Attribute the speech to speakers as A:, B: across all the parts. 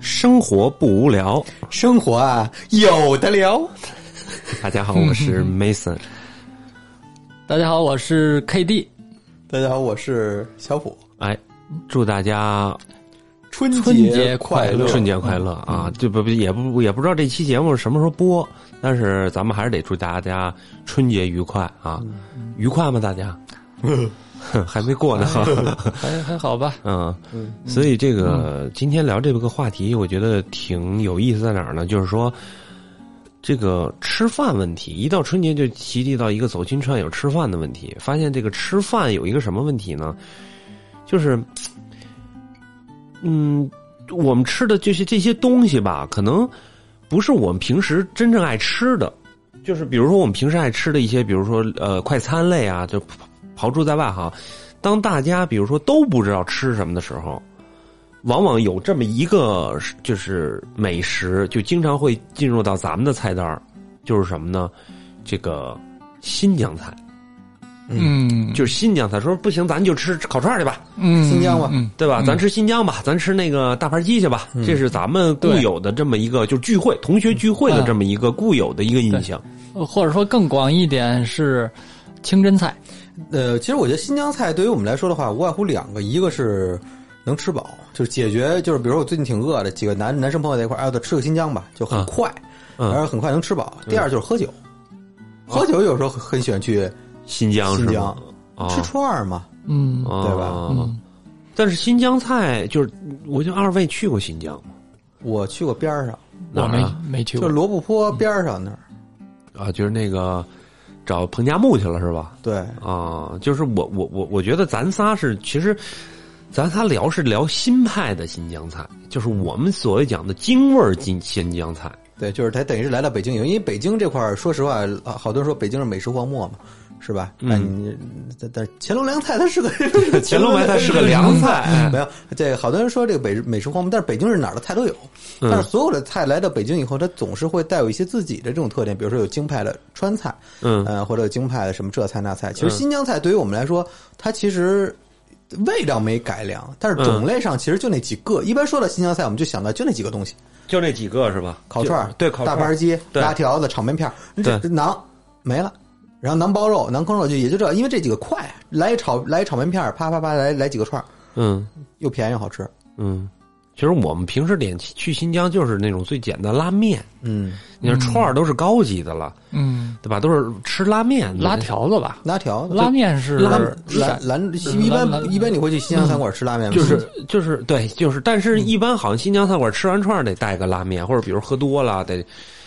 A: 生活不无聊。
B: 生活啊，有的聊。
A: 大家
B: 嗯
A: 好，我是 Mason。
C: 大家好，我是 KD，
B: 大家好，我是小虎。
A: 哎，祝大家
B: 春
C: 春
B: 节
C: 节
B: 快乐！嗯
A: 春节快乐啊！这不也不也不知道这期节目什么时候播，但是咱们还是得祝大家春节愉快啊！
B: 嗯
A: 愉快吗？大 家？哼还没过呢。
C: 还还好吧？
A: 嗯，所以这个今天聊这个话题，我觉得挺有意思，在哪儿呢？就是说，这个吃饭问题，一到春节就提及到一个走亲串友吃饭的问题，发现这个吃饭有一个什么问题呢？就是，嗯，我们吃的就是这些东西吧，可能不是我们平时真正爱吃的，就是比如说我们平时爱吃的一些，比如说呃快餐类啊，就刨除在外哈。当大家比如说都不知道吃什么的时候，往往有这么一个就是美食，就经常会进入到咱们的菜单儿就是什么呢？这个新疆菜，
C: 嗯，
A: 就是新疆菜。说不行，咱就吃烤串儿去吧，
C: 嗯
B: 新疆嘛
C: 嗯
A: 对吧？咱吃新疆吧，咱吃那个大盘鸡去吧。
B: 嗯
A: 这是咱们固有的这么一个，就是聚会、同学聚会的这么一个固有的一个印象。
C: 或者说更广一点是清真菜，
B: 呃，其实我觉得新疆菜对于我们来说的话，无外乎两个，一个是能吃饱，就是解决，就是比如说我最近挺饿的，几个男男生朋友在一块儿，哎，我吃个新疆吧，就很快，
A: 嗯
B: 然后很快能吃饱。第二就是喝酒，喝酒有时候很很喜欢去
A: 新疆是
B: 新
A: 吗，
B: 疆
A: 啊
B: 吃串儿嘛，
C: 嗯，
B: 对吧
A: 啊
C: 嗯
A: 但是新疆菜就是，我就二位去过新疆吗？
B: 我去过边儿上，
A: 哪
C: 我
A: 儿
C: 没
A: 啊
C: 没去
B: 就
C: 过，
B: 罗布泊边儿上那儿，
A: 啊，就是那个找彭加木去了是吧？
B: 对，
A: 啊，就是我我我我觉得咱仨是其实，咱仨聊是聊新派的新疆菜，就是我们所谓讲的京味儿新新疆菜。
B: 对，就是他等于是来到北京以后，因为北京这块儿，说实话，啊好多人说北京是美食荒漠嘛，是吧？
A: 嗯
B: 但你但但乾隆凉菜它是个 嗯
A: 乾隆白菜是个凉 菜，嗯
B: 没有这个好多人说这个北美食荒漠，但是北京是哪儿的菜都有，
A: 嗯
B: 但是所有的菜来到北京以后，它总是会带有一些自己的这种特点，比如说有京派的川菜，
A: 嗯
B: 呃，或者有京派的什么这菜那菜。其实
A: 嗯
B: 新疆菜对于我们来说，它其实。味道没改良，但是
A: 嗯
B: 种类上其实就那几个。一般说到新疆菜，我们就想到就那几个东西。
A: 就那几个是吧？
B: 烤串儿
A: 就对烤
B: 大
A: 串
B: 盘
A: 儿，
B: 鸡、
A: 对
B: 拉条子、炒面片儿，这这馕没了。然后馕包肉、馕坑肉就也就这，因为这几个快，来一炒来一炒面片儿，啪啪啪来来几个串儿，
A: 嗯
B: 又便宜又好吃。
A: 嗯。其实我们平时点去新疆就是那种最简单拉面，
B: 嗯，
A: 你说串儿都是高级的了，
C: 嗯，
A: 对吧？都是吃拉面
C: 拉条子吧，
B: 拉条子
C: 拉面是
B: 嗯拉
C: 陕
B: 兰兰，一
C: 兰
B: 般一般你会去新疆餐馆吃拉面吗？
A: 就是就是对，就是，但是
B: 嗯
A: 一般好像新疆餐馆吃完串儿得带个拉面，或者比如喝多了得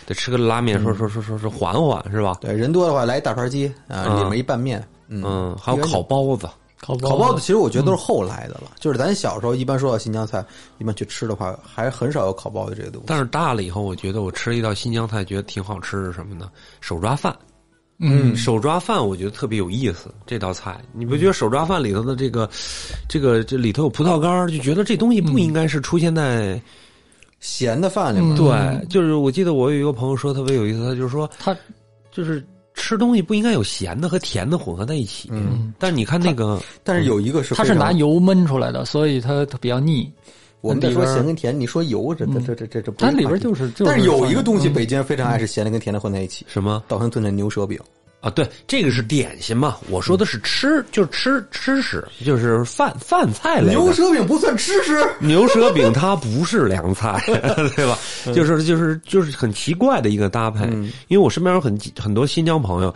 A: 得吃个拉面，说
B: 嗯
A: 说说说说缓缓是吧？
B: 对人多的话来一大盘鸡啊，
A: 嗯
B: 里面一拌面，嗯。
A: 嗯，还有烤包子，
C: 烤
B: 烤包
C: 子
B: 子其实我觉得都是后来的了，就是咱小时候一般说到新疆菜，一般去吃的话，还很少有烤包子这个东西。
A: 但是大了以后，我觉得我吃了一道新疆菜，觉得挺好吃是什么呢？手抓饭，
C: 嗯
A: 手抓饭我觉得特别有意思。这道菜，你
B: 嗯
A: 不觉得手抓饭里头的这个这个这里头有葡萄干儿，就觉得这东西
B: 嗯
A: 不应该是出现在
B: 咸的饭里
C: 嗯
B: 面，
A: 对，就是我记得我有一个朋友说特别有意思，他就是说
C: 他
A: 就是吃东西不应该有咸的和甜的混合在一起。
B: 嗯，
A: 但是你看那个，
B: 但是有一个是
C: 它
B: 非
C: 是
B: 常
C: 拿油焖出来的，所以它它比较腻，
B: 我们得说
C: 里边儿
B: 咸跟甜，你说油，这这这这这这不是
C: 它里
B: 话
C: 边
B: 题
C: 就是就是嗯
B: 但是有一个
C: 放
B: 东西，北京人非常爱是咸的跟甜的混在一起，
A: 什么
B: 稻香炖的牛舌饼。
A: 啊？对，这个是点心嘛。我说的是吃，就是吃吃食，就是饭饭菜类的。
B: 牛舌饼不算吃食，
A: 牛舌饼它不是凉菜， 对吧？就是就是就是很奇怪的一个搭配。因为我身边有很很多新疆朋友，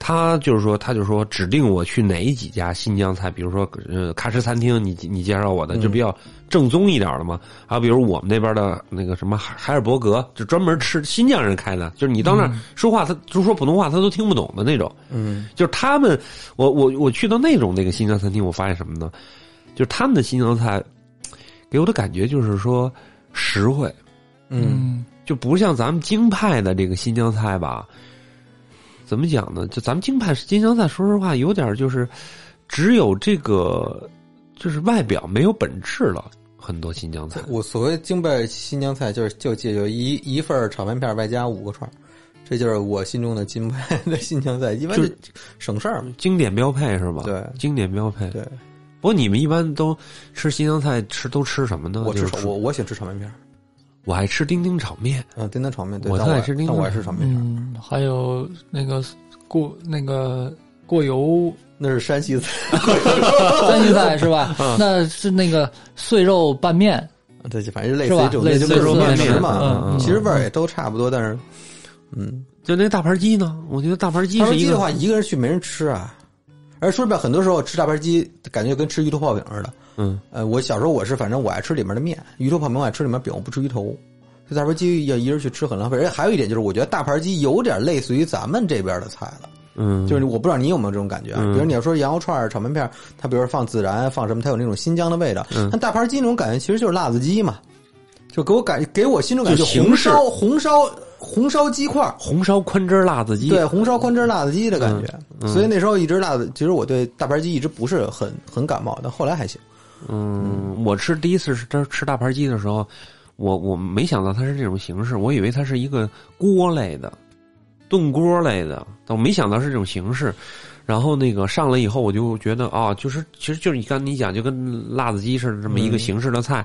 A: 他就是说他就说指定我去哪几家新疆菜，比如说呃喀什餐厅，你你介绍我的就比较正宗一点的嘛。还有比如我们那边的那个什么海海尔伯格，就专门吃新疆人开的，就是你到那儿说话他就说普通话他都听不懂的那种。
B: 嗯，
A: 就是他们，我我我去到那种那个新疆餐厅，我发现什么呢？就是他们的新疆菜，给我的感觉就是说实惠，
B: 嗯，
C: 嗯
A: 就不像咱们京派的这个新疆菜吧？怎么讲呢？就咱们京派新疆菜，说实话有点就是只有这个就是外表没有本质了，很多新疆菜。
B: 我所谓京派新疆菜就是就解决一一份儿炒面片儿外加五个串儿，这就是我心中的京派 的新疆菜，一般
A: 就
B: 就省事儿嘛。
A: 经典标配是吧？
B: 对
A: 经典标配。
B: 对，
A: 不过你们一般都吃新疆菜吃都吃什么呢？
B: 我
A: 嗯就
B: 吃
A: 是
B: 炒我我喜欢吃炒面片儿，
A: 我爱吃丁丁炒面，
B: 嗯，叮当炒面，对，
A: 我
B: 但
A: 特
B: 我
A: 爱
B: 爱
A: 吃叮
B: 但
A: 当
B: 我爱吃炒面肠，
C: 嗯，还有那个过那个过 油
B: 那是山西菜，
C: 三西菜是吧？
B: 嗯
C: 那是那个碎肉拌面，
B: 对，反正就类
C: 是
B: 似
C: 吧
B: 于这种
C: 类
B: 类
C: 似
B: 似于这种
A: 类
B: 面
A: 似
B: 食嘛，
A: 嗯嗯
B: 其实味儿也都差不多，但是，嗯，
A: 就那大盘鸡呢？我觉得大盘鸡
B: 大
A: 是
B: 盘
A: 一
B: 鸡
A: 个
B: 的话，一个人去没人吃啊。而说实在，很多时候吃大盘鸡感觉跟吃鱼头泡饼似的。
A: 嗯，
B: 呃，我小时候我是，反正我爱吃里面的面，鱼头泡饼我爱吃里面饼，我不吃鱼头。所以大盘鸡要一人去吃很浪费。而且还有一点就是，我觉得大盘鸡有点类似于咱们这边的菜了。
A: 嗯，
B: 就是我不知道你有没有这种感觉啊？
A: 嗯
B: 比如你要说羊肉串儿、炒面片儿，它比如说放孜然、放什么，它有那种新疆的味道。
A: 嗯
B: 但大盘鸡那种感觉其实就是辣子鸡嘛，就给我感给我心中感觉
A: 就形
B: 红
A: 式
B: 烧红烧红烧鸡块儿，
A: 红烧宽汁儿辣子鸡，
B: 对，红烧宽汁辣子鸡的感觉。
A: 嗯
B: 所以那时候一直辣子，其实我对大盘鸡一直不是很很感冒，但后来还行。
A: 嗯，我吃第一次是吃吃大盘鸡的时候，我我没想到它是这种形式，我以为它是一个锅类的，炖锅类的，但我没想到是这种形式。然后那个上来以后，我就觉得啊、就是其实就是你刚你讲，就跟辣子鸡似的这么一个形式的菜，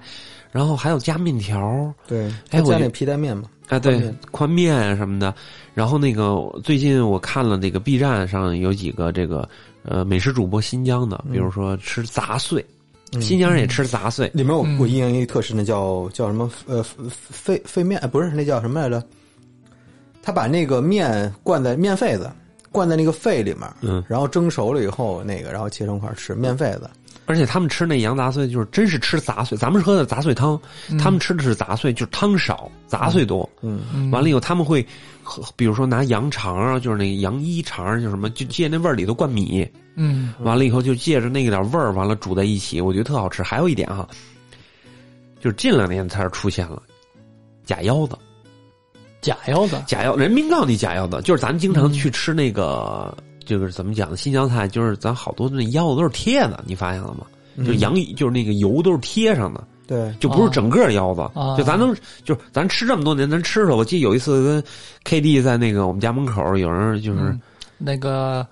A: 然后还有加面条儿，
B: 对，
A: 哎我
B: 加
A: 就
B: 那皮带面嘛，
A: 啊，对
B: 面，
A: 宽面啊什么的。然后那个最近我看了这个 B 站上有几个这个呃美食主播新疆
C: 嗯
A: 的，比如说吃杂碎，嗯新疆人也吃杂碎，
B: 里面我
C: 嗯
B: 我印象里特深的叫叫什么呃肺肺面呃不是那叫什么来着？他把那个面灌在面肺子，灌在那个肺里面，
A: 嗯
B: 然后蒸熟了以后那个，然后切成块儿吃面肺子。
A: 而且他们吃那羊杂碎就是真是吃杂碎，咱们喝的杂碎汤，他们吃的是杂碎，就是汤少，杂碎多。
B: 嗯，
C: 嗯
A: 完了以后，他们会喝，比如说拿羊肠啊，就是那个羊衣肠啊，就是什么，就借那味儿里头灌米，
C: 嗯
A: 完了以后就借着那个点味儿，完了煮在一起，我觉得特好吃。还有一点哈，就是近两年才出现了假腰子，
C: 假腰子，
A: 假腰人民告你假腰子，就是咱们经常
C: 嗯
A: 去吃那个，就是怎么讲呢？新疆菜就是咱好多那腰子都是贴的，你发现了吗？就
C: 嗯
A: 羊就是那个油都是贴上的，
B: 嗯对，
A: 就不是整个腰子。
C: 哦
A: 就咱能，就是咱吃这么多年，咱吃的时候，我记得有一次跟 K D 在那个我们家门口，有人就是
C: 嗯那个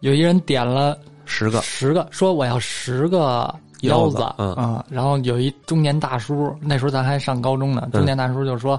C: 有一人点了
A: 十个，
C: 十个，说我要十个
A: 腰
C: 腰
A: 子嗯
C: 啊，然后有一中年大叔，那时候咱还上高中
A: 嗯
C: 呢，中年大叔就说。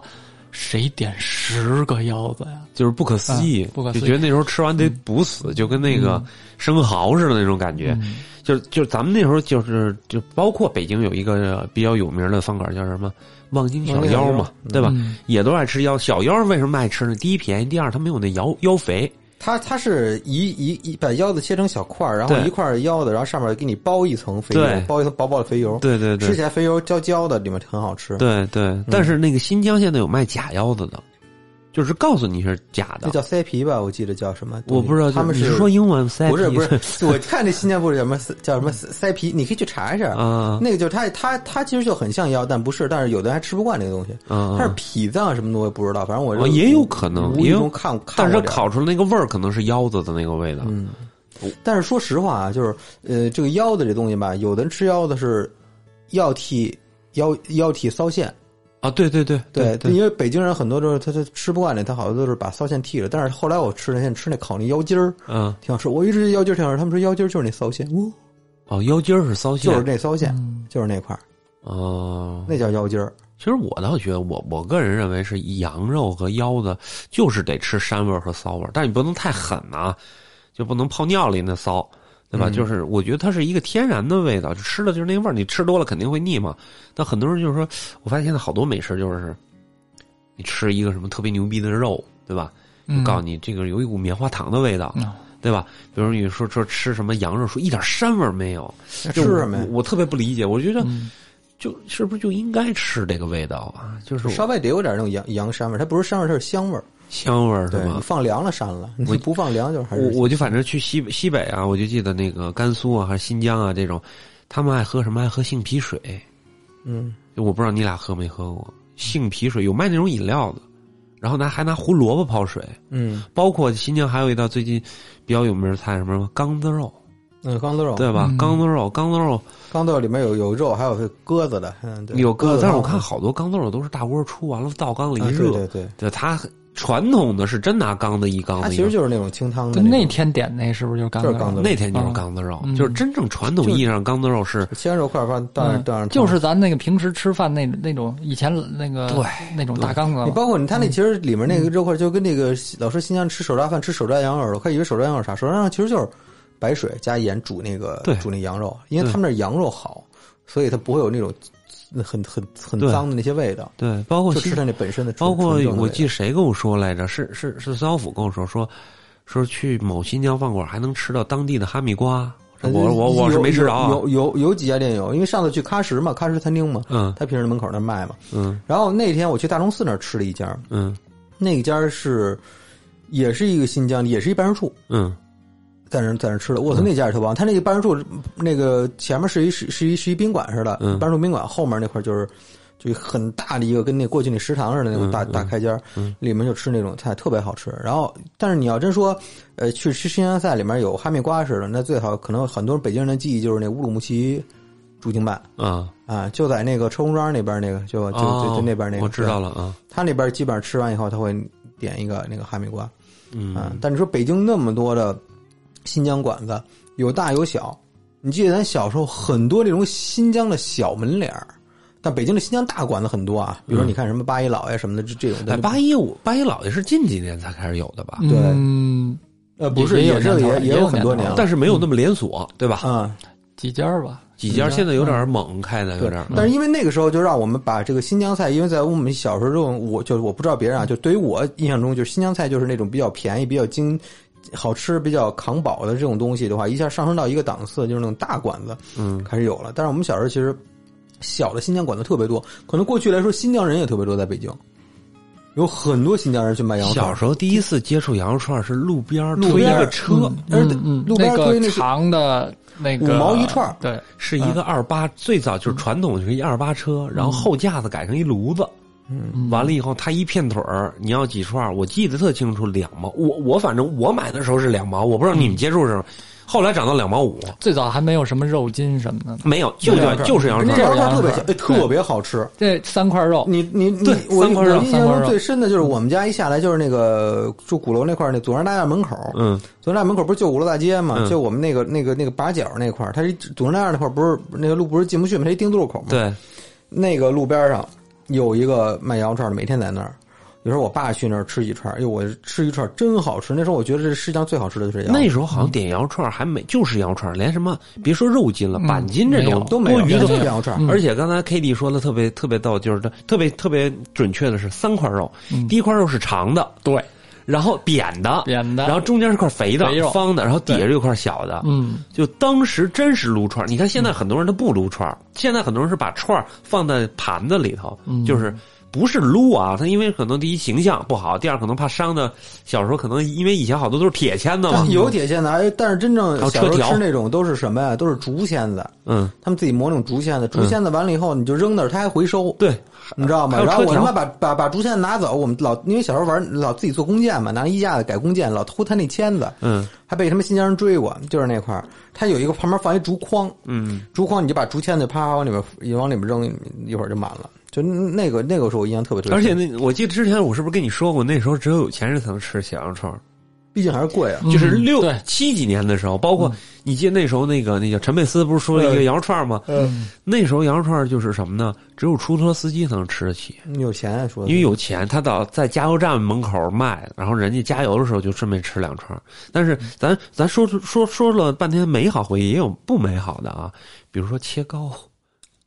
C: 谁点十个腰子呀？
A: 就是不可思议，
C: 嗯不可思议
A: 就觉得那时候吃完得补死，就跟那个生蚝似的那种感觉。
C: 嗯
A: 就是就是咱们那时候就是就包括北京有一个比较有名的饭馆叫什么望京小腰嘛，对吧？
C: 嗯
A: 也都爱吃腰。小腰为什么爱吃呢？第一便宜，第二它没有那腰腰肥。
B: 它它是一一一把腰子切成小块儿，然后
A: 对
B: 一块儿腰子，然后上面给你包一层肥油
A: 对，
B: 包一层薄薄的肥油，
A: 对对对，
B: 吃起来肥油焦焦的，里面很好吃。
A: 对对，但是那个新疆现在有卖假腰子的，就是告诉你是假
B: 那
A: 的。
B: 叫塞皮吧，我记得叫什么东
A: 我
B: 西？
A: 不知道
B: 他们
A: 你是说英文塞
B: 不是
A: 皮嗯
B: 不是，我看这新加坡叫什么叫什么塞塞皮，你可以去查一 下。
A: 啊
B: 那个就是它它它其实就很像腰，但不是，但是有的人还吃不惯这个东西。
A: 啊
B: 它是脾脏什么的，我也不知道，反正我
A: 哦
B: 是
A: 也有可能
B: 无
A: 也
B: 意
A: 有
B: 中看看
A: 但
B: 过
A: 是
B: 点
A: 它
B: 儿。
A: 烤哦出来那个味儿可能是腰子的那个味道。
B: 嗯，但是说实话啊，就是呃，这个腰子这东西吧，有的人吃腰子是要替腰腰替骚线，
A: 啊，对对对
B: 对，
A: 对，
B: 因为北京人很多都是他他吃不惯那，他好多都是把骚线剃了。但是后来我吃那现在吃那烤那腰筋儿
A: 嗯，
B: 挺好吃，我一直腰筋儿挺好吃，他们说腰筋儿就是那骚线，哦，
A: 哦，腰筋儿是骚
B: 就是
A: 线。
B: 那骚线，
C: 嗯
B: 就是那块儿，
A: 哦，
B: 那叫腰筋儿。
A: 其实我倒觉得，我我个人认为是羊肉和腰子就是得吃膻味儿和骚味儿，但是你不能太狠啊，就不能泡尿里那骚，对吧？
B: 嗯
A: 就是我觉得它是一个天然的味道，就吃的就是那个味儿，你吃多了肯定会腻嘛。但很多人就是说，我发现现在好多美食就是，你吃一个什么特别牛逼的肉，对吧？就
C: 嗯
A: 告诉你这个有一股棉花糖的味
B: 嗯
A: 道，
C: 啊
A: 对吧？比如你说说吃什么羊肉，说一点膻味儿没有，
B: 吃什么呀
A: 就我？我特别不理解，我觉得
C: 嗯
A: 就是不是就应该吃这个味道啊？就是我
B: 稍微得有点那种羊羊膻味儿，它不是膻味儿，它是香味儿。
A: 香味儿是
B: 对你
A: 吗？
B: 放凉了膻了，
A: 我
B: 你不放凉就是还
A: 我
B: 是
A: 我就反正去西北西北啊，我就记得那个甘肃啊还是新疆啊这种，他们爱喝什么？爱喝杏皮水。
B: 嗯，
A: 我不知道你俩喝没喝过杏皮水，有卖那种饮料的，然后拿还拿胡萝卜泡水。
B: 嗯
A: 包括新疆还有一道最近比较有名的菜，什么缸子肉，
B: 嗯，缸子肉，
A: 对吧？
C: 嗯
A: 缸子肉，缸子肉
B: 缸子肉里面有有肉，还有鸽子的，嗯，对
A: 有个，
B: 子
A: 但是
B: 汤
A: 我看好多缸子肉都是大锅出完了倒缸里一
B: 啊
A: 热，
B: 对对对，
A: 对它传统的是真拿缸子一缸
B: 它
A: 子一
B: 其实
A: 缸子，
B: 就是那种清汤的
C: 对，那
B: 种
C: 天点那是不是就是刚
B: 就是缸子肉
A: 那天就是
C: 嗯
A: 缸子肉，
C: 嗯
A: 就是真正传统意义上缸子肉是
B: 切完肉块儿放倒上
C: 嗯
B: 倒上汤，
C: 就是咱那个平时吃饭那那种以前那个
A: 对
C: 那种大缸子
A: 啊
B: 你
C: 嘛，
B: 包括你，它那其实里面那个肉块就跟那
A: 嗯
B: 个老说新疆吃手抓饭吃手抓羊肉了，快以为手抓羊肉啥，手抓羊肉其实就是白水加盐煮那个
A: 对
B: 煮那羊肉，因为他们那羊肉好，所以它不会有那种很很很
A: 对
B: 脏的那些味道，
A: 对，包括
B: 就
A: 新
B: 吃它那本身的纯
A: 包括
B: 纯正的
A: 我
B: 味道
A: 记得谁跟我说来着，是是是孙小虎跟我说说说去某新疆饭馆还能吃到当地的哈密瓜，我我我是没吃着啊
B: 呃有，有有有几家店有，因为上次去喀什嘛，喀什餐厅嘛，
A: 嗯
B: 他平时门口那儿卖嘛。
A: 嗯
B: 然后那天我去大钟寺那儿吃了一家，
A: 嗯
B: 那一家是也是一个新疆，也是一办事处，
A: 嗯
B: 在那儿在那儿吃的。我操，那家也特棒！他那个办事处那个前面是一是是一是一宾馆似的，
A: 嗯
B: 办事处宾馆后面那块儿就是。就很大的一个跟那过去那食堂似的那
A: 嗯
B: 种大、大开间儿，里面就吃那种菜，特别好吃。然后，但是你要真说，呃，去吃新疆菜里面有哈密瓜似的，那最好可能很多北京人的记忆就是那乌鲁木齐驻京办
A: 啊，
B: 啊，就在那个车公庄那边那个，就就就就
A: 哦
B: 那边那个，
A: 我知道了啊，
B: 他那边基本上吃完以后，他会点一个那个哈密瓜，啊
A: 嗯，
B: 但你说北京那么多的新疆馆子，有大有小，你记得咱小时候很多这种新疆的小门脸儿，但北京的新疆大馆子很多啊，比如说你看什么八一老呀什么的，这这种
A: 嗯哎，
B: 的。
A: 八一五八一老爷是近几年才开始有的吧？
B: 对
C: 嗯，
B: 呃不是
C: 也有
B: 也是
C: 年头
B: 也
C: 了也
B: 有
C: 有
B: 很多
C: 年
B: 年
C: 头
B: 了，
A: 但是没有那么连锁，对吧？
B: 啊、
C: 几家儿吧，
A: 几家现在有点猛开的，有
B: 嗯对
A: 点儿，嗯
B: 但是因为那个时候就让我们把这个新疆菜，因为在我们小时候这种，我就是我不知道别人
A: 嗯
B: 啊，就对于我印象中，就是新疆菜就是那种比较便宜、比较精、好吃、比较扛饱的这种东西的话，一下上升到一个档次，就是那种大馆子，
A: 嗯，
B: 开始有了。但是我们小时候其实小的新疆馆子特别多，可能过去来说新疆人也特别多，在北京有很多新疆人去卖羊肉
A: 小
B: 串。
A: 时候第一次接触羊肉串是路边儿
B: 路
A: 推
B: 边
A: 一
B: 儿
A: 个车，
C: 嗯
B: 而且
C: 嗯嗯
B: 路边
C: 那
B: 儿推那
C: 个
B: 是
C: 长的那个
B: 五毛一串儿
C: 对，
A: 是一个二八，最早就是传统就是一二八车，然后后架子改成一炉子，
C: 嗯
A: 完了以后他一片腿儿，你要几串儿？我记得特清楚，两毛。我我反正我买的时候是两毛，我不知道你们接触是什么，后来涨到两毛五，
C: 最早还没有什么肉筋什么的呢，
A: 没有，就叫就是羊肉
B: 那
A: 串儿。
B: 羊肉串特别小，哎，
C: 对
B: 特别好吃。
C: 这三块肉，
B: 你你你
A: 对，
B: 我
A: 三块肉
B: 我印象
C: 三块
B: 中
C: 肉
B: 最深的就是我们家一下来就是那个住鼓楼那块儿那左山大院门口，
A: 嗯
B: 左山大院门口不是旧鼓楼大街嘛？
A: 嗯
B: 就我们那个那个那个把角那块儿，它是一左山大院那块儿不是那个路不是进不去吗？它一丁字路口嘛。，
A: 对，
B: 那个路边上有一个卖羊肉串的，每天在那儿。有时候我爸去那儿吃一串，哎呦，我吃一串真好吃。那时候我觉得这世界上最好吃的就是羊。
A: 那时候好像点羊肉串儿还没，就是羊肉串儿，连什么别说肉筋了，
C: 嗯
A: 板筋这
C: 没有
A: 种
B: 都没
A: 多
B: 有，
A: 余的
B: 就羊肉
C: 嗯
B: 串。
A: 而且刚才 K D 说的特别特别逗，就是特别特别准确的是三块肉，
C: 嗯
A: 第一块肉是长的，
C: 对，
A: 然后扁的，
C: 扁的
A: 然后中间是块肥的
C: 肥肉
A: 方的，然后底下是一块小的。
C: 嗯，
A: 就当时真是撸串儿你看现在很多人他不撸串儿现在很多人是把串儿放在盘子里头，
C: 嗯
A: 就是不是撸啊，他因为可能第一形象不好，第二可能怕伤的。小时候可能因为以前好多都是铁签子嘛
B: 但，有铁签的，哎但是真正
A: 还有
B: 小时
A: 车
B: 候
A: 条
B: 吃那种都是什么呀？都是竹签子，
A: 嗯，
B: 他们自己磨那种竹签子。竹签子完了以后，你就扔那儿，它还回收。
A: 对，
B: 你知道吗？
A: 还有
B: 然后
A: 车
B: 我他
A: 条
B: 妈把把把竹签拿走，我们老因为小时候玩老自己做弓箭嘛，拿衣架子改弓箭，老偷他那签子，
A: 嗯
B: 还被他们新疆人追过，就是那块儿，他有一个旁边放一竹筐，
A: 嗯，
B: 竹筐你就把竹签子啪往里面一往里面扔，一会儿就满了。就那个那个时候我印象特别特别
A: 而
B: 深，
A: 且那我记得之前我是不是跟你说过，那时候只有有钱人才能吃小羊肉串儿
B: 毕竟还是贵啊。
A: 就是
C: 嗯
A: 六
C: 对，
A: 七几年的时候，包括
B: 嗯
A: 你记得那时候那个那叫陈佩斯不是说了一个羊肉串吗？
C: 嗯，
A: 那时候羊肉串就是什么呢？只有出租车司机才能吃得起，
B: 你有钱啊说的
A: 因为有钱，他到在加油站门口卖，然后人家加油的时候就顺便吃两串。但
B: 嗯
A: 是咱咱说说说了半天美好回忆，也有不美好的啊，比如说切糕，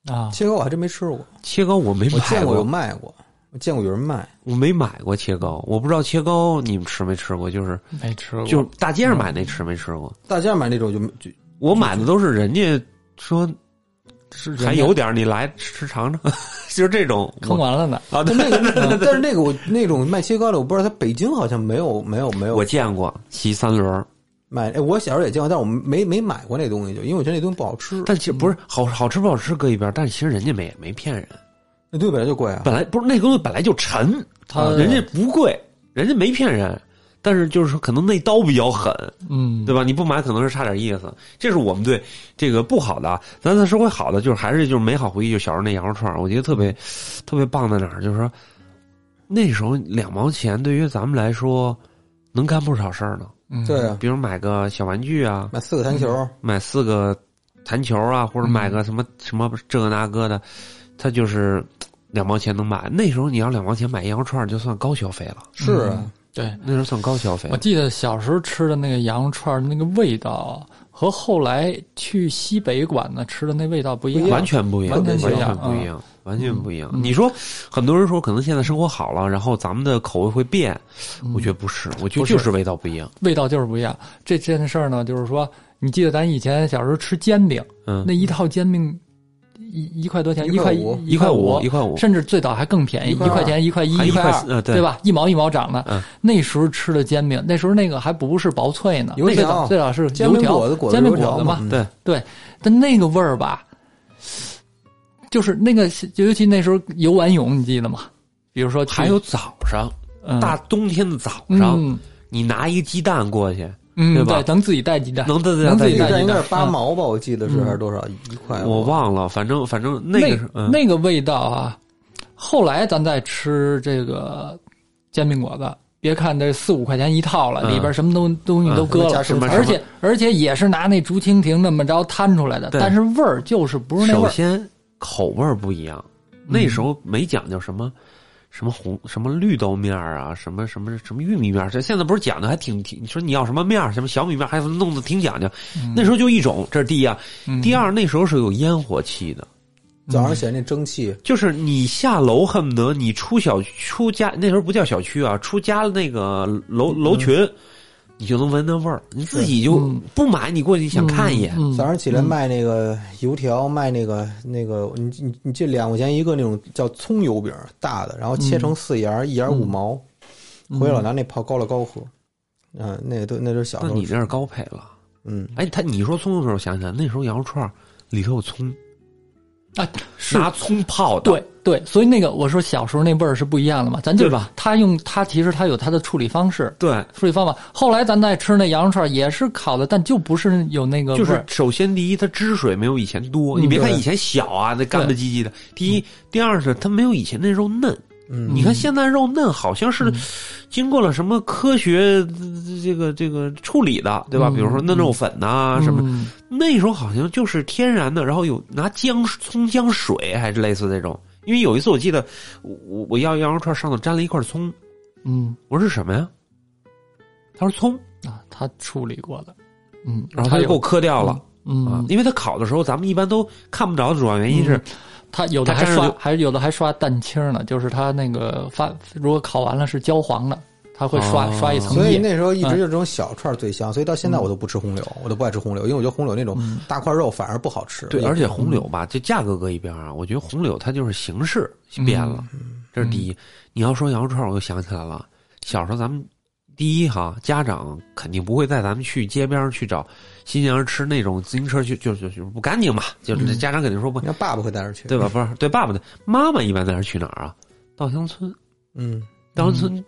C: 啊，
B: 切糕我还真没吃过，
A: 切糕我没
B: 我
A: 买
B: 见过有
A: 过，
B: 卖过，我见过有人卖。
A: 我没买过切糕，我不知道切糕你们吃没吃过，就是
C: 没吃过，
A: 就是大街上买那吃没吃过，
B: 大街上买那种就就
A: 我买的都是人家说
C: 是
A: 还有点儿，你来吃尝尝， 就是这种
C: 坑完了呢，
A: 啊！对
B: 但那个，嗯但是那个我那种卖切糕的，我不知道，他北京好像没有没有没有
A: 我见过骑三轮儿，
B: 买，哎，我小时候也见过，但是我没没买过那东西，就因为我觉得那东西不好吃。
A: 但其实不是好好吃不好吃搁一边儿，但是其实人家没没骗人，
B: 那东西本来就贵啊，
A: 本来不是那东西本来就沉，
C: 它
A: 人家不贵，人家没骗人，但是就是说可能那刀比较狠，
C: 嗯，
A: 对吧？你不买可能是差点意思，这是我们对这个不好的啊。咱再说回好的，就是还是就是美好回忆，就小时候那羊肉串儿，我觉得特别特别棒在哪儿，就是说那时候两毛钱对于咱们来说，能干不少事儿呢。
C: 嗯，
B: 对啊，
A: 比如买个小玩具啊，
B: 买四个弹球，
A: 买四个弹球啊，或者买个什么、什么这个那个的，他就是两毛钱能买。那时候你要两毛钱买羊肉串儿就算高消费了，
B: 是啊，
C: 对。
A: 那时候算高消费
C: 我。记得小时候吃的那个羊肉串儿那个味道，和后来去西北馆子吃的那味道不一样，嗯
A: 完全不一样，完
C: 完
A: 全
C: 全
A: 不
C: 不
A: 一
C: 一
A: 样
C: 样，
A: 完全不一样。
C: 嗯
A: 你说，很多人说可能现在生活好了，然后咱们的口味会变，
C: 嗯
A: 我觉得不是，我觉得
C: 不是
A: 就是味道不一样。
C: 味道就是不一样。这件事儿呢，就是说，你记得咱以前小时候吃煎饼，
A: 嗯
C: 那，一套煎饼一一块多钱，
B: 一
C: 一
B: 块
C: 块
B: 五
A: 一块
C: 块
A: 五，一块五，
C: 甚至最早还更便宜，
B: 一
C: 一
B: 块二
C: 块钱、一块一
A: 还、一块
C: 块
A: 四呃
C: 二，
A: 对
C: 对吧？一毛一毛涨的
A: 嗯。
C: 那时候吃的煎饼，那时候那个还不是薄脆呢，
B: 油条
C: 最早最早是
B: 煎
C: 油
B: 饼果
C: 条
B: 子、果子
C: 煎
B: 油
C: 饼
B: 条
C: 果子嘛。
B: 嗯
A: 对，
C: 但那个味儿吧，就是那个，尤其那时候游完泳，你记得吗？比如说去
A: 还有早上，
C: 嗯
A: 大冬天的早上，
C: 嗯
A: 你拿一鸡蛋过去，
C: 嗯
A: 对吧
C: 对，能自己带鸡蛋，
A: 能自
C: 能自
B: 那
C: 己
A: 己
B: 个
C: 带
B: 蛋应该是
C: 嗯
B: 八毛吧，我记得是
C: 嗯
B: 还是多少一块吧？
A: 我忘了，反正反正那
C: 那
A: 个是嗯
C: 那个味道啊，后来咱再吃这个煎饼果子，别看这四五块钱一套了，
A: 嗯
C: 里边什么东东西都搁
B: 加
C: 了，
B: 什么
A: 什么
C: 而且而且也是拿那竹蜻蜓那么着摊出来的，
A: 对
C: 但是味儿就是不是那味
A: 首
C: 儿。
A: 先口味儿不一样，那时候没讲究什么。什么红什么绿豆面儿啊，什么什么什么玉米面儿，这现在不是讲究还挺挺，你说你要什么面儿，什么小米面儿，还弄得挺讲究。那时候就一种，这是第一啊。
C: 嗯
A: 第，二，那时候是有烟火气的，
B: 早上起来那蒸汽，
A: 就是你下楼恨不得你出小区出家，那时候不叫小区啊，出家的那个楼楼群，你就能闻那味儿。你自己就
C: 嗯
A: 不买，你过去想看一眼，
C: 嗯
B: 早上起来卖那个油
A: 嗯
B: 条，卖那个那个，你你你这两块钱一个那种叫葱油饼，大的，然后切
A: 嗯
B: 成四芽，一芽五毛，回
C: 嗯
B: 来老拿那泡高乐高喝。嗯，那个都那都是小
A: 那
B: 时候
A: 你。这是高配了。
B: 嗯，
A: 哎，他你说葱的时候，我想起来那时候羊肉串儿里头有葱，
C: 啊，是
A: 拿葱泡的，
C: 嗯对对，所以那个我说小时候那味儿是不一样的嘛，咱就
A: 对吧？
C: 他用他其实他有他的处理方式，
A: 对
C: 处理方法。后来咱再吃那羊肉串儿也是烤的，但就不是有那个味
A: 就
C: 儿。
A: 是首先第一，它汁水没有以前多。
C: 嗯
A: 你别看
B: 对
A: 以前小啊，那干不唧唧的。第一，第二是它没有以前那肉嫩。
B: 嗯
A: 你看现在肉嫩好像是
C: 嗯
A: 经过了什么科学呃这个这个处理的，对吧？
C: 嗯
A: 比如说嫩肉粉呐、啊什么，
C: 嗯
A: 那时候好像就是天然的，然后有拿姜葱姜水还是类似这种。因为有一次我记得我我我要羊肉串上头沾了一块葱，
C: 嗯
A: 我说是什么呀？他说葱，
C: 啊，他处理过的，嗯，
A: 然后他就给我
C: 有
A: 磕掉了。啊
C: 嗯，，
A: 因为他烤的时候，咱们一般都看不着的主要原因是
C: 嗯，他有的
A: 他
C: 还
A: 沾上
C: 刷
A: 就，
C: 还有的还刷蛋清呢，就是他那个发，如果烤完了是焦黄的，他会刷、
A: 哦
C: 刷一层
B: 所以
C: 液。
B: 那时候一直就这种小串最香，所以到现
A: 嗯
B: 在我都不吃红柳，我都不爱吃红柳，因为我觉得红柳那种大块肉反而不好吃。
A: 对，
B: 也
A: 而且红柳吧，这价格搁一边儿啊，我觉得红柳它就是形式变了，
B: 嗯
A: 这是第一。你要说羊肉串儿，我又想起来了，小时候咱们第一哈，家长肯定不会带咱们去街边儿去找新疆人吃那种自行车去，就就就不干净嘛，就是家长肯定说不，
B: 你看爸爸会带着去，
A: 对吧？不是对爸爸的，妈妈一般带人去哪儿啊？稻香村，
B: 嗯，
A: 稻香村，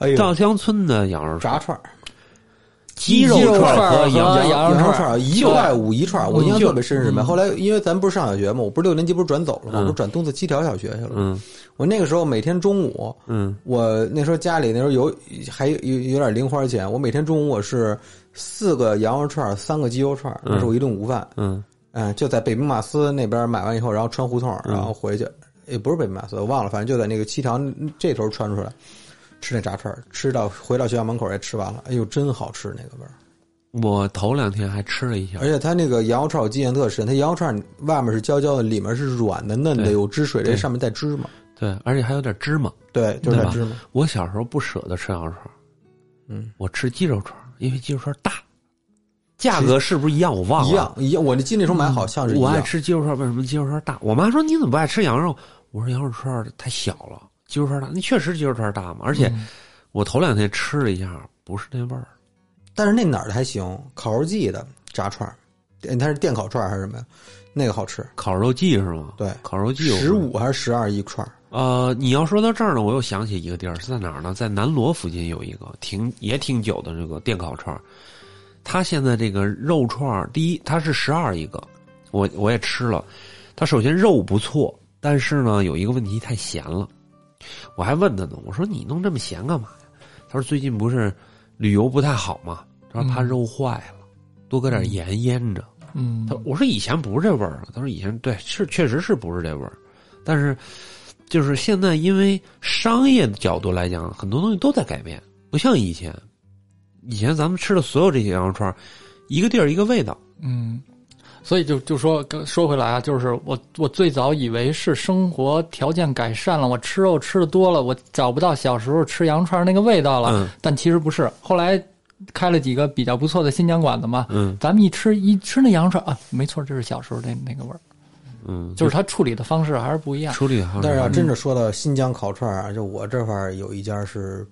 B: 哎呦，
A: 稻香村的羊肉串
B: 炸
A: 儿、
B: 串儿、
A: 鸡肉
B: 鸡肉
A: 串
B: 串
A: 儿
B: 儿
A: 和
C: 和
A: 羊
C: 啊羊肉
B: 肉
C: 串
B: 串一块五一串儿，我印象特别深是什么？
C: 嗯
B: 后来因为咱不是上小学嘛，我不是六年级不是转走了
A: 嗯
B: 嘛，我不是转东四七条小学去了。
A: 嗯
B: 我那个时候每天中午，
A: 嗯
B: 我那时候家里那时候有还有有有点零花钱，我每天中午我是四个羊肉串儿，三个鸡肉串儿，
A: 嗯
B: 那是我一顿午饭。
A: 嗯
B: 嗯，就在北兵马司那边买完以后，然后穿胡同，然后回去，也不是北兵马司，我忘了，反正就在那个七条这头穿出来，吃那炸串儿，吃到回到学校门口也吃完了，哎呦，真好吃那个味儿。
A: 我头两天还吃了一下
B: 而，且它那个羊肉串我记得特深，它羊肉串外面是焦焦的，里面是软的嫩的，
A: 对
B: 有汁水，这
A: 对
B: 上面带芝麻，
A: 对，而且还有点芝麻。
B: 对，就是
A: 对
B: 带
A: 吧
B: 芝麻。
A: 我小时候不舍得吃羊肉串儿，
B: 嗯，
A: 我吃鸡肉串儿，因为鸡肉串儿大，价格是不是一样？我忘了。
B: 一。样一样，我那记得那时候买好像是一
A: 嗯我爱
B: 样，
A: 吃鸡肉串儿，为什么鸡肉串儿大？我妈说你怎么不爱吃羊肉？我说羊肉串儿太小了，鸡肉串儿大。那确实鸡肉串儿大嘛，而且
C: 嗯
A: 我头两天吃了一下，不是那味儿。
B: 但是那哪儿的还行，烤肉季的炸串儿，呃它是电烤串儿还是什么呀？那个好吃，
A: 烤肉季是吗？
B: 对
A: 烤肉季我
B: 十五还是十二一串儿，
A: 呃，你要说到这儿呢，我又想起一个地儿是在哪儿呢？在南锣附近有一个挺也挺久的这个电烤串儿，它现在这个肉串儿，第一它是十二一个，我我也吃了，它首先肉不错，但是呢有一个问题太咸了，我还问他呢，我说你弄这么咸干嘛呀？他说最近不是旅游不太好嘛，他说怕
C: 嗯
A: 肉坏了，多搁点盐腌着。
C: 嗯
A: 他，我说以前不是这味儿了，啊他说以前对是确实是不是这味儿，但是就是现在因为商业的角度来讲，很多东西都在改变，不像以前，以前咱们吃的所有这些羊肉串儿，一个地儿一个味道，
C: 嗯，所以就就说说回来啊，就是我我最早以为是生活条件改善了，我吃肉吃的多了，我找不到小时候吃羊串那个味道了，
A: 嗯
C: 但其实不是。后来开了几个比较不错的新疆馆子嘛，
A: 嗯
C: 咱们一吃一吃那羊串啊，没错，这是小时候那那个味儿，
A: 嗯，
C: 就是它处理的方式还是不一样。
A: 处理好。
B: 但是啊，真的说到新疆烤串儿啊，就我这块儿有一家是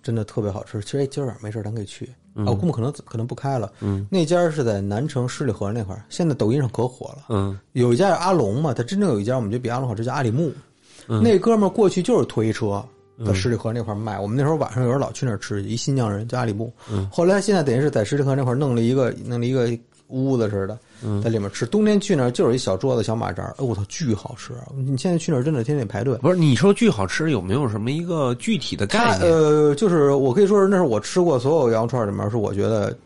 B: 真的特别好吃。其实哎今儿晚上没事儿咱可以去。啊，我估摸可能可能不开了。
A: 嗯，
B: 那家是在南城十里河那块儿，现在抖音上可火了。
A: 嗯
B: 有一家是阿龙嘛，他真正有一家我们就比阿龙好吃，叫阿里木。那哥们儿过去就是推车。在十里河那块儿卖，我们那时候晚上有时候老去那儿吃，一新疆人叫阿里木。后来现在等于是在十里河那块儿弄了一个弄了一个屋子似的，在里面吃。冬天去那儿就是一小桌子小马扎儿，哎我操，巨好吃！你现在去那儿真的天天得排队。
A: 不是你说巨好吃，有没有什么一个具体的
B: 它
A: 概念？
B: 呃，就是我可以说是那是我吃过所有羊肉串里面，是我觉得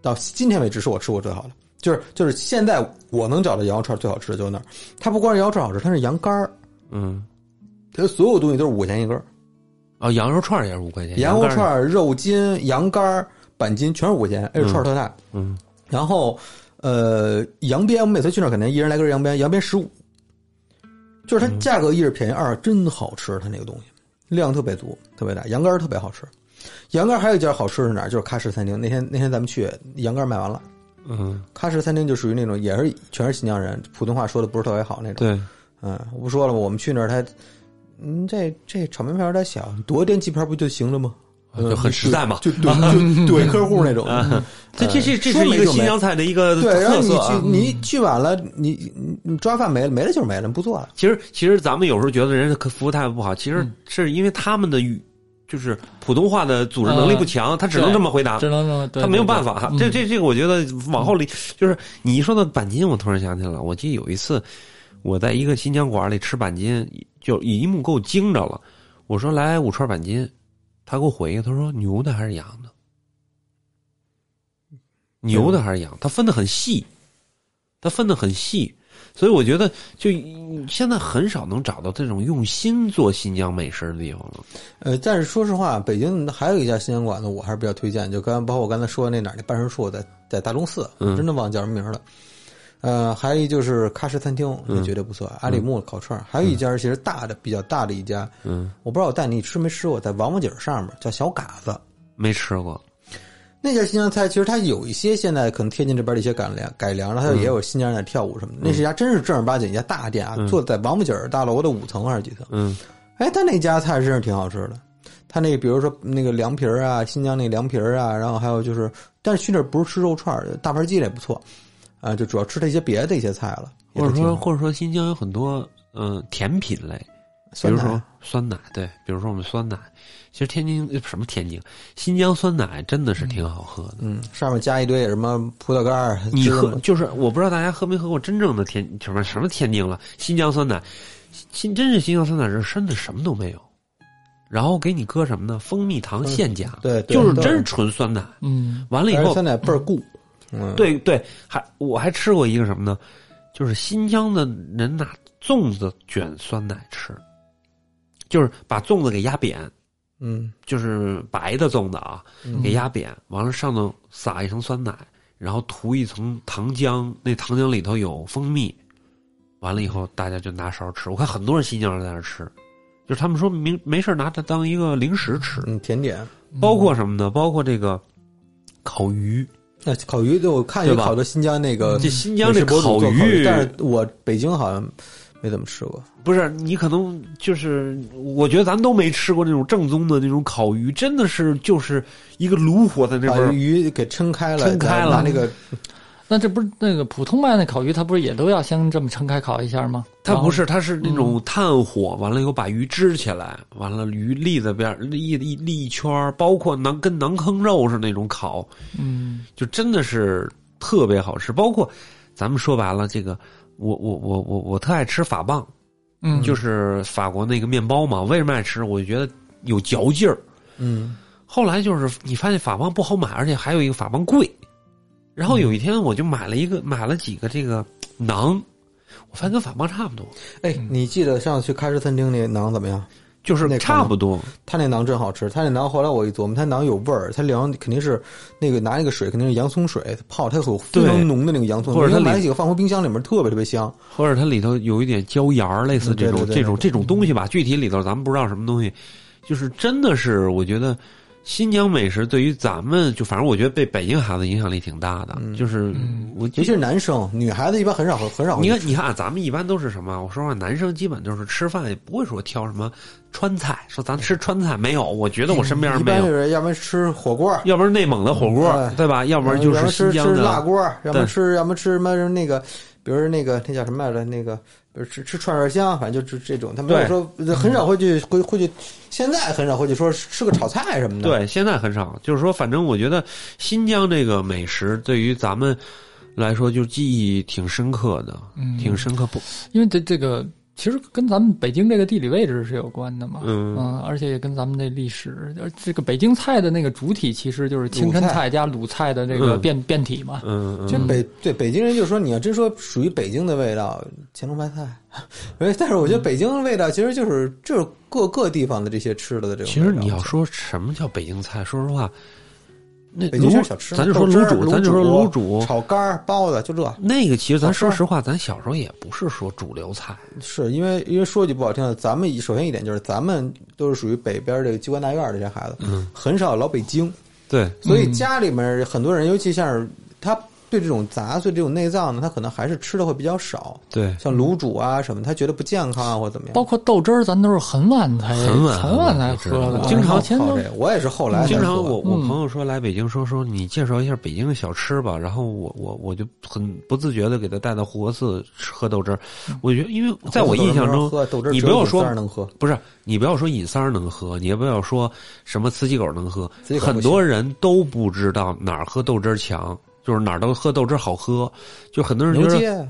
B: 到今天为止是我吃过最好的。就是就是现在我能找到羊肉串最好吃的就是那儿。它不光是羊肉串好吃，它是羊肝儿，
A: 嗯
B: 它所有东西都是五块钱一根儿，
A: 啊，羊肉串儿也是五块钱，
B: 羊肉
A: 干儿
B: 串儿、肉筋、羊肝儿、板筋全是五块钱，哎，
A: 嗯
B: 串儿特大。
A: 嗯
B: 然后呃，羊鞭，我每次去那儿肯定一人来根羊鞭，羊鞭十五，就
A: 嗯
B: 是它价格一是便宜，二是真好吃，它那个东西量特别足，特别大，羊肝儿特别好吃。羊肝儿还有一家好吃是哪儿？就是喀什餐厅。那天那天咱们去，羊肝儿卖完了。
A: 嗯，
B: 喀什餐厅就属于那种也是全是新疆人，普通话说的不是特别好那种。
A: 对，
B: 嗯，我不说了吗？我们去那儿，他，嗯，这这炒面片儿有点小，多点几片儿不就行了吗？
A: 啊
B: 嗯
A: 就很实在嘛。啊
B: 就怼 就怼客户那种。嗯
A: 这这这这
B: 说
A: 是
B: 没
A: 一个
B: 就没
A: 新疆菜的一个
B: 对，然后
A: 特
B: 你
A: 色啊
B: 去。你去晚了，你你你抓饭没了，没了就是没了，不做了。
A: 其实其实咱们有时候觉得人家服务态度不好，其实是因为他们的语就是普通话的组织能力不强，他只能这么回答
C: 只。能这么，对
A: 他没有
C: 对
A: 办
C: 对
A: 法，
C: 嗯
A: 这这这个，我觉得往后里就是你一说到板筋，我突然想起来了。我记得有一次，我在一个新疆馆里吃板筋，就一幕给我惊着了。我说来五串板筋，他给我回一个，他说牛的还是羊的？牛的还是羊？他分的很细，他分的很细，所以我觉得就现在很少能找到这种用心做新疆美食的地方了。
B: 呃，但是说实话，北京还有一家新疆馆子，我还是比较推荐，就刚包括我刚才说的那哪儿那办事处在在大钟寺，
A: 嗯
B: 真的忘了叫什么名儿了。呃，还有一就是喀什餐厅，
A: 嗯
B: 也绝对不错，阿里木烤串儿，还有一家其实大的比较大的一家，
A: 嗯，
B: 我不知道我带你吃没吃过，在王府井上面叫小嘎子。
A: 没吃过。
B: 那家新疆菜其实它有一些现在可能贴近这边的一些改良改良，然后它
A: 嗯
B: 也有新疆人在跳舞什么的。那是一家真是正儿八经一家大店啊，坐在王府井大楼的五层还是几层？
A: 嗯
B: 哎，他那家菜真是挺好吃的。他那个比如说那个凉皮儿啊，新疆那凉皮儿啊，然后还有就是，但是去那儿不是吃肉串儿，大盘鸡也不错，啊，就主要吃这些别的一些菜了，也
A: 或
B: 都
A: 者
B: 挺
A: 说
B: 好
A: 或者说新疆有很多嗯、呃甜品类，比
B: 酸
A: 如
B: 奶
A: 说酸奶，对，比如说我们酸奶，其实天津呃什么天津，新疆酸奶真的是挺好喝的。
B: 嗯，上面加一堆什么葡萄干儿，
A: 你
B: 芝麻
A: 喝就是我不知道大家喝没喝过真正的天什么什么天津了，新疆酸奶，新真是新疆酸奶是真的什么都没有，然后给你搁什么呢？蜂蜜糖现加，
B: 嗯对对
A: 就是
B: 对
A: 真是纯酸奶。
C: 嗯
A: 完了以
B: 而且
A: 后
B: 酸，奶倍儿固，嗯，
A: 对对，还我还吃过一个什么呢？就是新疆的人拿粽子卷酸奶吃，就是把粽子给压扁，
B: 嗯，
A: 就是白的粽子啊，
B: 嗯
A: 给压扁，完了上头撒一层酸奶，然后涂一层糖浆，那糖浆里头有蜂蜜，完了以后大家就拿勺吃。我看很多人新疆人在那儿吃，就是他们说明没事儿拿它当一个零食吃，
B: 嗯，甜点，
A: 包括什么呢？包括这个烤鱼，
B: 那烤鱼就我看有
A: 对吧
B: 烤的新疆那个
A: 这新疆这
B: 美食博主
A: 烤
B: 做
A: 鱼
B: 但是我北京好像没怎么吃过。
A: 不是你可能就是，我觉得咱都没吃过那种正宗的那种烤鱼，真的是就是一个炉火在那
B: 把
A: 边儿，
B: 鱼给撑开了，
A: 撑开
B: 拿
A: 了
B: 拿那个
C: 那这不是那个普通卖那烤鱼，它不是也都要先这么撑开烤一下吗？
A: 它
C: 然后
A: 不是，它是那种炭火，完了以后把鱼支起来，完了鱼立在边儿立立立一圈儿，包括馕跟馕坑肉是那种烤，
C: 嗯
A: 就真的是特别好吃。包括咱们说白了，这个我我我我我特爱吃法棒，
C: 嗯，
A: 就是法国那个面包嘛，为什么爱吃？我就觉得有嚼劲儿。
B: 嗯
A: 后来就是你发现法邦不好买，而且还有一个法邦贵。然后有一天我就买了一个，买了几个这个馕，我发现跟法邦差不多，
B: 哎，你记得上次去开式餐厅那馕怎么样？
A: 就是
B: 那可能
A: 差不多。
B: 他那馕真好吃，他那馕后来我一琢磨，他馕有味儿，他凉肯定是那个拿那个水肯定是洋葱水泡，它有非
A: 对
B: 常浓的那个洋葱，
A: 或者它
B: 你买
A: 里
B: 几个放回冰箱里面特别特别香。
A: 或者它里头有一点椒盐儿，类似这种
B: 嗯对对对
A: 这种这种东西吧。具体里头咱们不知道什么东西，就是真的是我觉得新疆美食对于咱们就反正我觉得被北京孩子影响力挺大的，就是
C: 嗯
A: 我觉得。
B: 尤其是男生，女孩子一般很少很少会
A: 你
B: 去吃。
A: 看，你看啊，咱们一般都是什么？我说实话，男生基本就是吃饭也不会说挑什么川菜，说咱吃川菜没有？我觉得我身边
B: 嗯一
A: 没
B: 般
A: 有，
B: 就是要么吃火锅，
A: 要不然内蒙的火锅，
B: 哎
A: 对吧？要不然就
B: 要
A: 是
B: 么
A: 新
B: 吃
A: 疆
B: 吃
A: 的
B: 辣锅，要
A: 对
B: 么吃要么吃什么那个，比如说那个那叫什么来着？那个比如吃吃串串香，反正就就这种，他没有
A: 对嗯
B: 说很少会去会会去，现在很少会去说吃个炒菜什么的。
A: 对，现在很少。就是说，反正我觉得新疆这个美食对于咱们来说，就记忆挺深刻的，
C: 嗯
A: 挺深刻不？
C: 因为这这个其实跟咱们北京这个地理位置是有关的嘛，
A: 嗯
C: 而且也跟咱们这历史，而这个北京菜的那个主体其实就是青
B: 鲁
C: 春
B: 菜
C: 菜加鲁菜的这个
A: 嗯
C: 变、变体嘛，
A: 嗯嗯，
B: 其实北对北京人就说，你要真说属于北京的味道，乾隆白菜。 哎，但是我觉
A: 嗯
B: 得北京的味道其实就是就是各个地方的这些吃的的这种味道。
A: 其实你要说什么叫北京菜，说实话，那
B: 北京
A: 卤
B: 是小吃嘛，
A: 咱就说
B: 豆汁
A: 卤
B: 儿
A: 煮，咱就说卤煮。
B: 炒肝儿、包子，就这。
A: 那个其实咱说
B: 炒
A: 实话，咱小时候也不是说主流菜，
B: 是因为因为说句不好听的，咱们首先一点就是咱们都是属于北边这个机关大院儿这些孩子，
A: 嗯，
B: 很少老北京，
A: 对，
B: 所以
C: 嗯
B: 家里面很多人，尤其像是他对这种杂碎、这种内脏呢，他可能还是吃的会比较少，
A: 对，
B: 像卤煮啊什么，他觉得不健康啊或者怎么样。
C: 包括豆汁儿，咱都是很晚才
A: 很晚
C: 很晚才喝的，
A: 我经常
C: 前
B: 靠
C: 都
B: 这个，我也是后来才
A: 经常
B: 喝
A: 我我
C: 嗯
A: 朋友说来北京说说你介绍一下北京的小吃吧，然后我我我就很不自觉的给他带到护国寺吃喝豆汁儿，我觉得因为在我印象中
B: 喝豆汁儿
A: 你
B: 只
A: 不
B: 有
A: 要
B: 豆
A: 说
B: 汁儿能喝，
A: 不是你不要说尹三儿能喝，你也不要说什么慈禧狗能喝
B: 慈禧，狗不行
A: 很多人都不知道哪儿喝豆汁儿强，就是哪儿都喝豆汁儿好喝，就很多人觉
B: 牛
A: 得
B: 街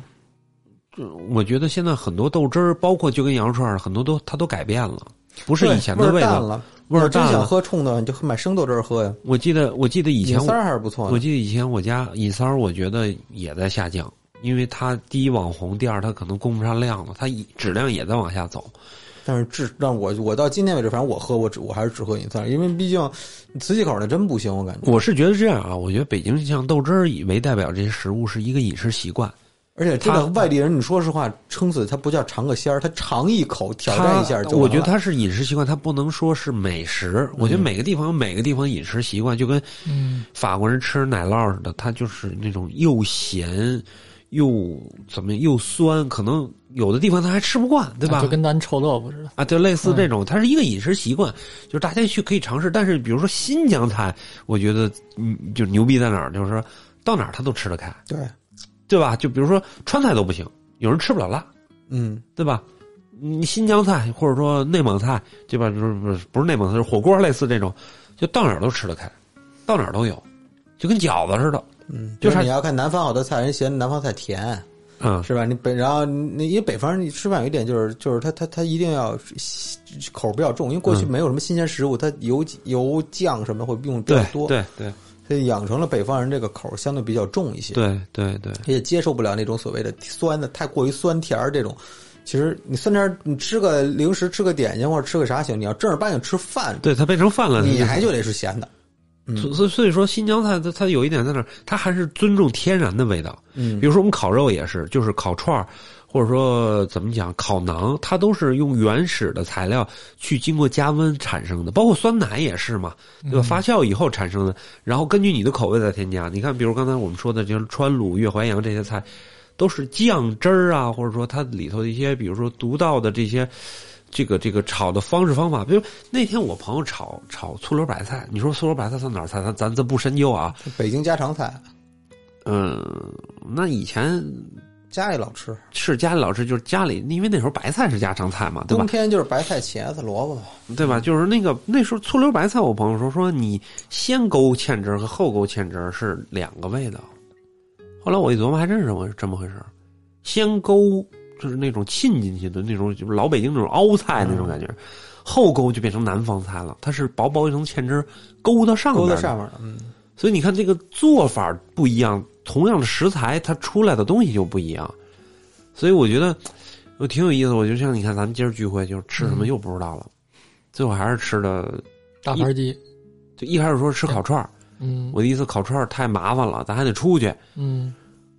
A: 我觉得现在很多豆汁儿，包括就跟羊肉串儿，很多都它都改变了，不
B: 不
A: 是以前的
B: 味儿淡
A: 道，
B: 了。
A: 味儿
B: 你要真
A: 淡
B: 想
A: 了。
B: 喝冲的，你就买生豆汁儿喝呀。
A: 我记得我记得以前
B: 尹
A: 我
B: 三儿还是不错
A: 我
B: 的，
A: 记得以前我家尹三儿，我觉得也在下降，因为他第一网红，第二他可能供不上量了，他一质量也在往下走。
B: 但是至让我我到今天为止，反正我喝我只我还是只喝尹三儿，因为毕竟慈禧口那真不行，我感觉。
A: 我是觉得这样啊，我觉得北京像豆汁儿以为代表这些食物是一个饮食习惯，
B: 而且真的
A: 他
B: 外地人，你说实话，撑死他不叫尝个鲜儿，他尝一口挑战一下
A: 它
B: 就完了。
A: 我觉得它是饮食习惯，它不能说是美食。我觉得每个地方有每个地方饮食习惯，就跟
C: 嗯
A: 法国人吃奶酪似的，它就是那种又咸又怎么又酸，可能有的地方他还吃不惯，对吧？
C: 就跟咱臭豆腐似的，
A: 啊，对，类似这种，它是一个饮食习惯，就是大家去可以尝试。但是比如说新疆菜，我觉得嗯，就牛逼在哪儿，就是说到哪儿它都吃得开，
B: 对，
A: 对吧？就比如说川菜都不行，有人吃不了辣，
B: 嗯，
A: 对吧？你新疆菜或者说内蒙菜，对吧？不是不是不是内蒙菜，就是火锅类似这种，就到哪儿都吃得开，到哪儿都有，就跟饺子似的，
B: 嗯，
A: 就
B: 就是是你要看南方好多菜，人嫌南方菜甜，
A: 嗯，
B: 是吧？你北然后你因为北方人你吃饭有一点就是就是他他他一定要口儿比较重，因为过去
A: 嗯
B: 没有什么新鲜食物，它油油酱什么会用比较
A: 对
B: 多，
A: 对对
B: 所以养成了北方人这个口儿相对比较重一些。
A: 对对对，
B: 也接受不了那种所谓的酸的太过于酸甜儿这种。其实你酸甜儿，你吃个零食、吃个点心或者吃个啥行，你要正儿八经吃饭，
A: 对它变成饭了，
B: 你
A: 它嗯
B: 还就得是咸的。嗯
A: 所所以所以说，新疆菜它它有一点在哪儿，它还是尊重天然的味道。
B: 嗯
A: 比如说我们烤肉也是，就是烤串儿，或者说怎么讲烤馕，它都是用原始的材料去经过加温产生的，包括酸奶也是嘛，对
C: 嗯
A: 吧？发酵以后产生的，然后根据你的口味再添加。你看，比如刚才我们说的，就是川鲁、粤淮扬这些菜，都是酱汁儿啊，或者说它里头的一些，比如说独到的这些。这个这个炒的方式方法，比如那天我朋友炒炒醋溜白菜，你说醋溜白菜算哪儿菜？咱咱咱不深究啊。
B: 北京家常菜，
A: 嗯，那以前
B: 家里老吃，
A: 是家里老吃，就是家里，因为那时候白菜是家常菜嘛，对吧
B: 冬？天就是白菜、茄子、萝卜嘛。
A: 对吧？就是那个那时候醋溜白菜，我朋友说说你先勾芡汁儿和后勾芡汁儿是两个味道。后来我一琢磨，还真是这么这么回事儿。先勾就是那种沁进去的那种，就是老北京那种凹菜那种
B: 嗯
A: 感觉。后勾就变成南方菜了，它是薄薄一层芡汁勾到上边
B: 勾
A: 的，
B: 在上面了，嗯，
A: 所以你看这个做法不一样，同样的食材，它出来的东西就不一样。所以我觉得我挺有意思。我就像你看，咱们今儿聚会就是吃什么
B: 嗯
A: 又不知道了，最后还是吃的。
C: 大盘鸡，
A: 就一开始说吃烤串儿，
C: 嗯
A: 我的意思烤串儿太麻烦了，咱还得出去。
C: 嗯，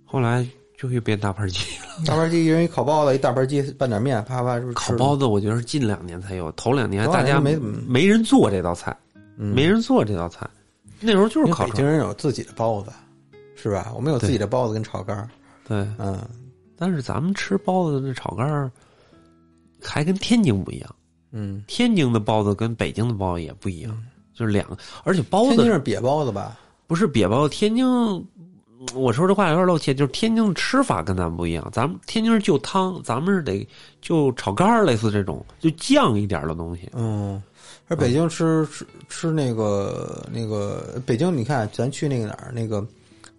A: 后来就又变大盘鸡 了。
B: 大盘鸡一人一烤包子，一大盘鸡拌点面，啪啪是不是吃
A: 烤
B: 了
A: 包子我觉得是近两年才有，头两年
B: 头
A: 大
B: 两年
A: 家
B: 没
A: 没人做这道菜，
B: 嗯
A: 没人做这道菜。那时候就
B: 因
A: 是
B: 为
A: 烤
B: 北
A: 串
B: 京
A: 儿，
B: 人有自己的包子，是吧？我们有自己的包子跟炒肝儿，
A: 对。
B: 嗯，
A: 但是咱们吃包子那炒肝儿，还跟天津不一样。
B: 嗯，
A: 天津的包子跟北京的包子也不一样，就是两个，而且包
B: 天津
A: 子
B: 是瘪包子吧？
A: 不是瘪包子。天津，我说这话有点露怯，就是天津的吃法跟咱们不一样。咱们天津是就汤，咱们是得就炒肝儿，类似这种就酱一点儿的东西。
B: 嗯，而北京吃吃吃那个那个北京，你看咱去那个哪儿那个，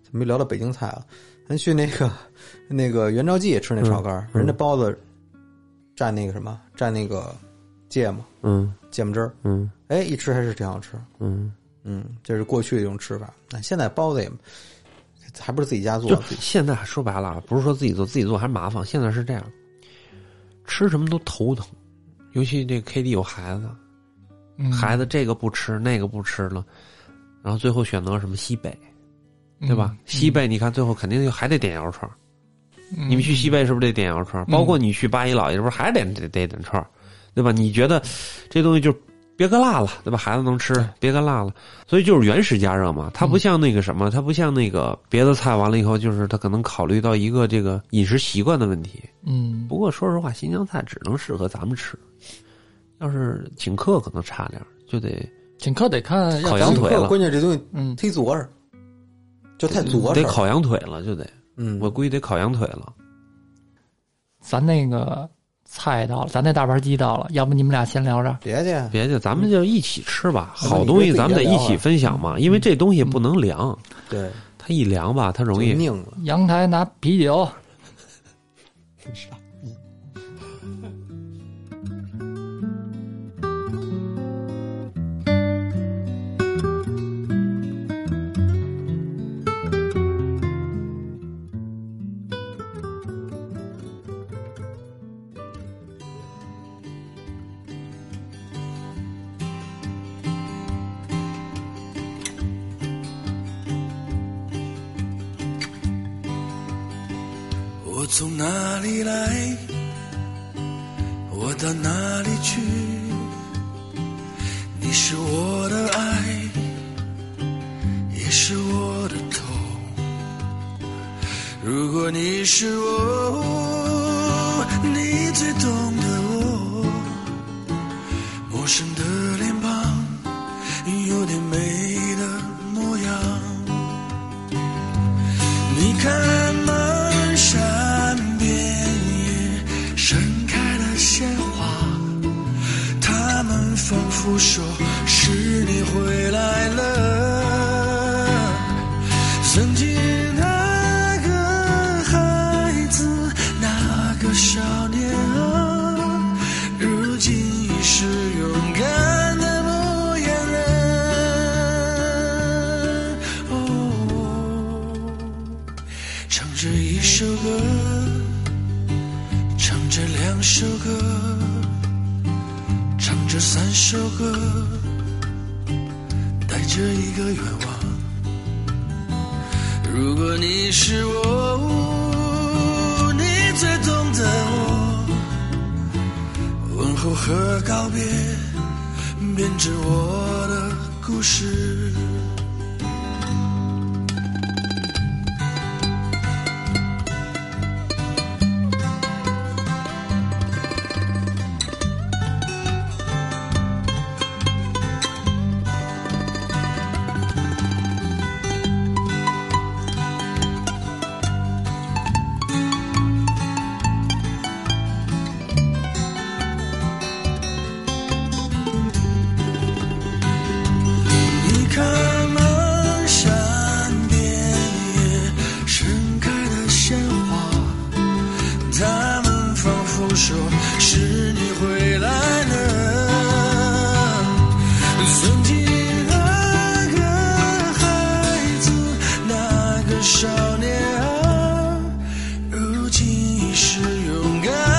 B: 怎么又聊到北京菜了？咱去那个那个元兆记吃那炒肝儿，
A: 嗯嗯
B: 人家包子蘸那个什么蘸那个芥末
A: 嗯
B: 芥末汁儿，
A: 嗯
B: 哎，一吃还是挺好吃。
A: 嗯，
B: 嗯，这是过去的一种吃法。那现在包子也还不是自己家做
A: 就
B: 的，
A: 现在说白了啊，不是说自己做自己做还麻烦，现在是这样，吃什么都头疼，尤其这 K D 有孩子，
C: 嗯
A: 孩子这个不吃那个不吃了，然后最后选择什么西北。对吧？西，贝，你看最后肯定还得点羊串儿。
C: 嗯
A: 你们去西，贝是不是得点羊串儿？
C: 嗯
A: 包括你去八一老爷，是不是还得得得点串儿？对吧？你觉得这东西就别搁辣了，对吧？孩子能吃，别搁辣了。所以就是原始加热嘛，
C: 嗯
A: 它不像那个什么，它不像那个别的菜。完了以后，就是它可能考虑到一个这个饮食习惯的问题。
C: 嗯
A: 不过说实话，新疆菜只能适合咱们吃，要是请客可能差点儿，就得
C: 嗯，请客得看要
A: 烤羊腿了嗯
B: 关键这东西
C: 嗯
B: 忒左耳，就太啊左
A: 得
B: 耳。
A: 烤羊腿了，就得
B: 嗯，
A: 我估计得烤羊腿了。
C: 咱那个菜到了，咱那大盘鸡到了，要不你们俩先聊着？
B: 别去，
A: 别介，咱们就一起吃吧，
B: 嗯
A: 好东西嗯咱们得一起分享嘛，因为这东西不能凉，
B: 对，
A: 它一凉吧，它容易
B: 就拧了。
C: 阳台拿啤酒，
D: 我从哪里来，我到哪里去？你是我的爱，也是我的痛。如果你是我，你最懂得我。陌生的脸庞，有点美的模样。你看漫山遍野盛开的鲜花，它们仿佛说是你回来了。曾经那个孩子，那个少年啊，如今已是勇敢的牧羊人。哦。唱着一首歌，唱着两首歌，唱着三首歌，带着一个愿望。如果你是我，你最懂得我，问候和告别，编织我的故事。你看哦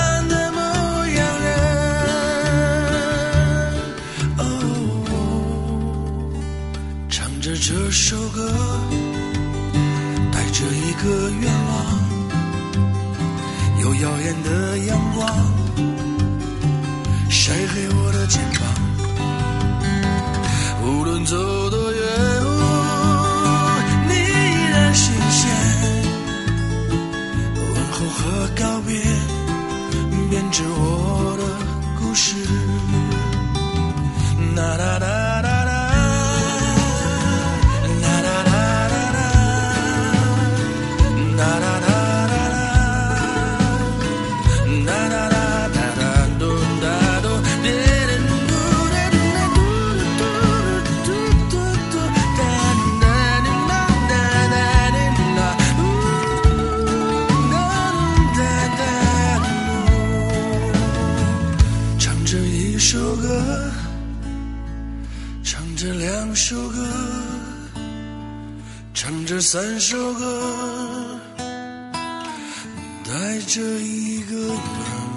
D: 这首歌，带着一个愿望，有耀眼的阳光晒黑我的肩膀，无论走多远，你依然新鲜。问候和告别，编织我的故事。啦啦啦啦啦，啦啦啦啦啦，啦啦啦啦啦，啦啦啦啦啦，嘟哒嘟，嘀嘀嘟哒嘟哒嘟嘟嘟嘟嘟，哒哒哒哒哒哒哒，呜哒哒哒，唱着一首歌。唱着两首歌，唱着三首歌，带着一个愿望。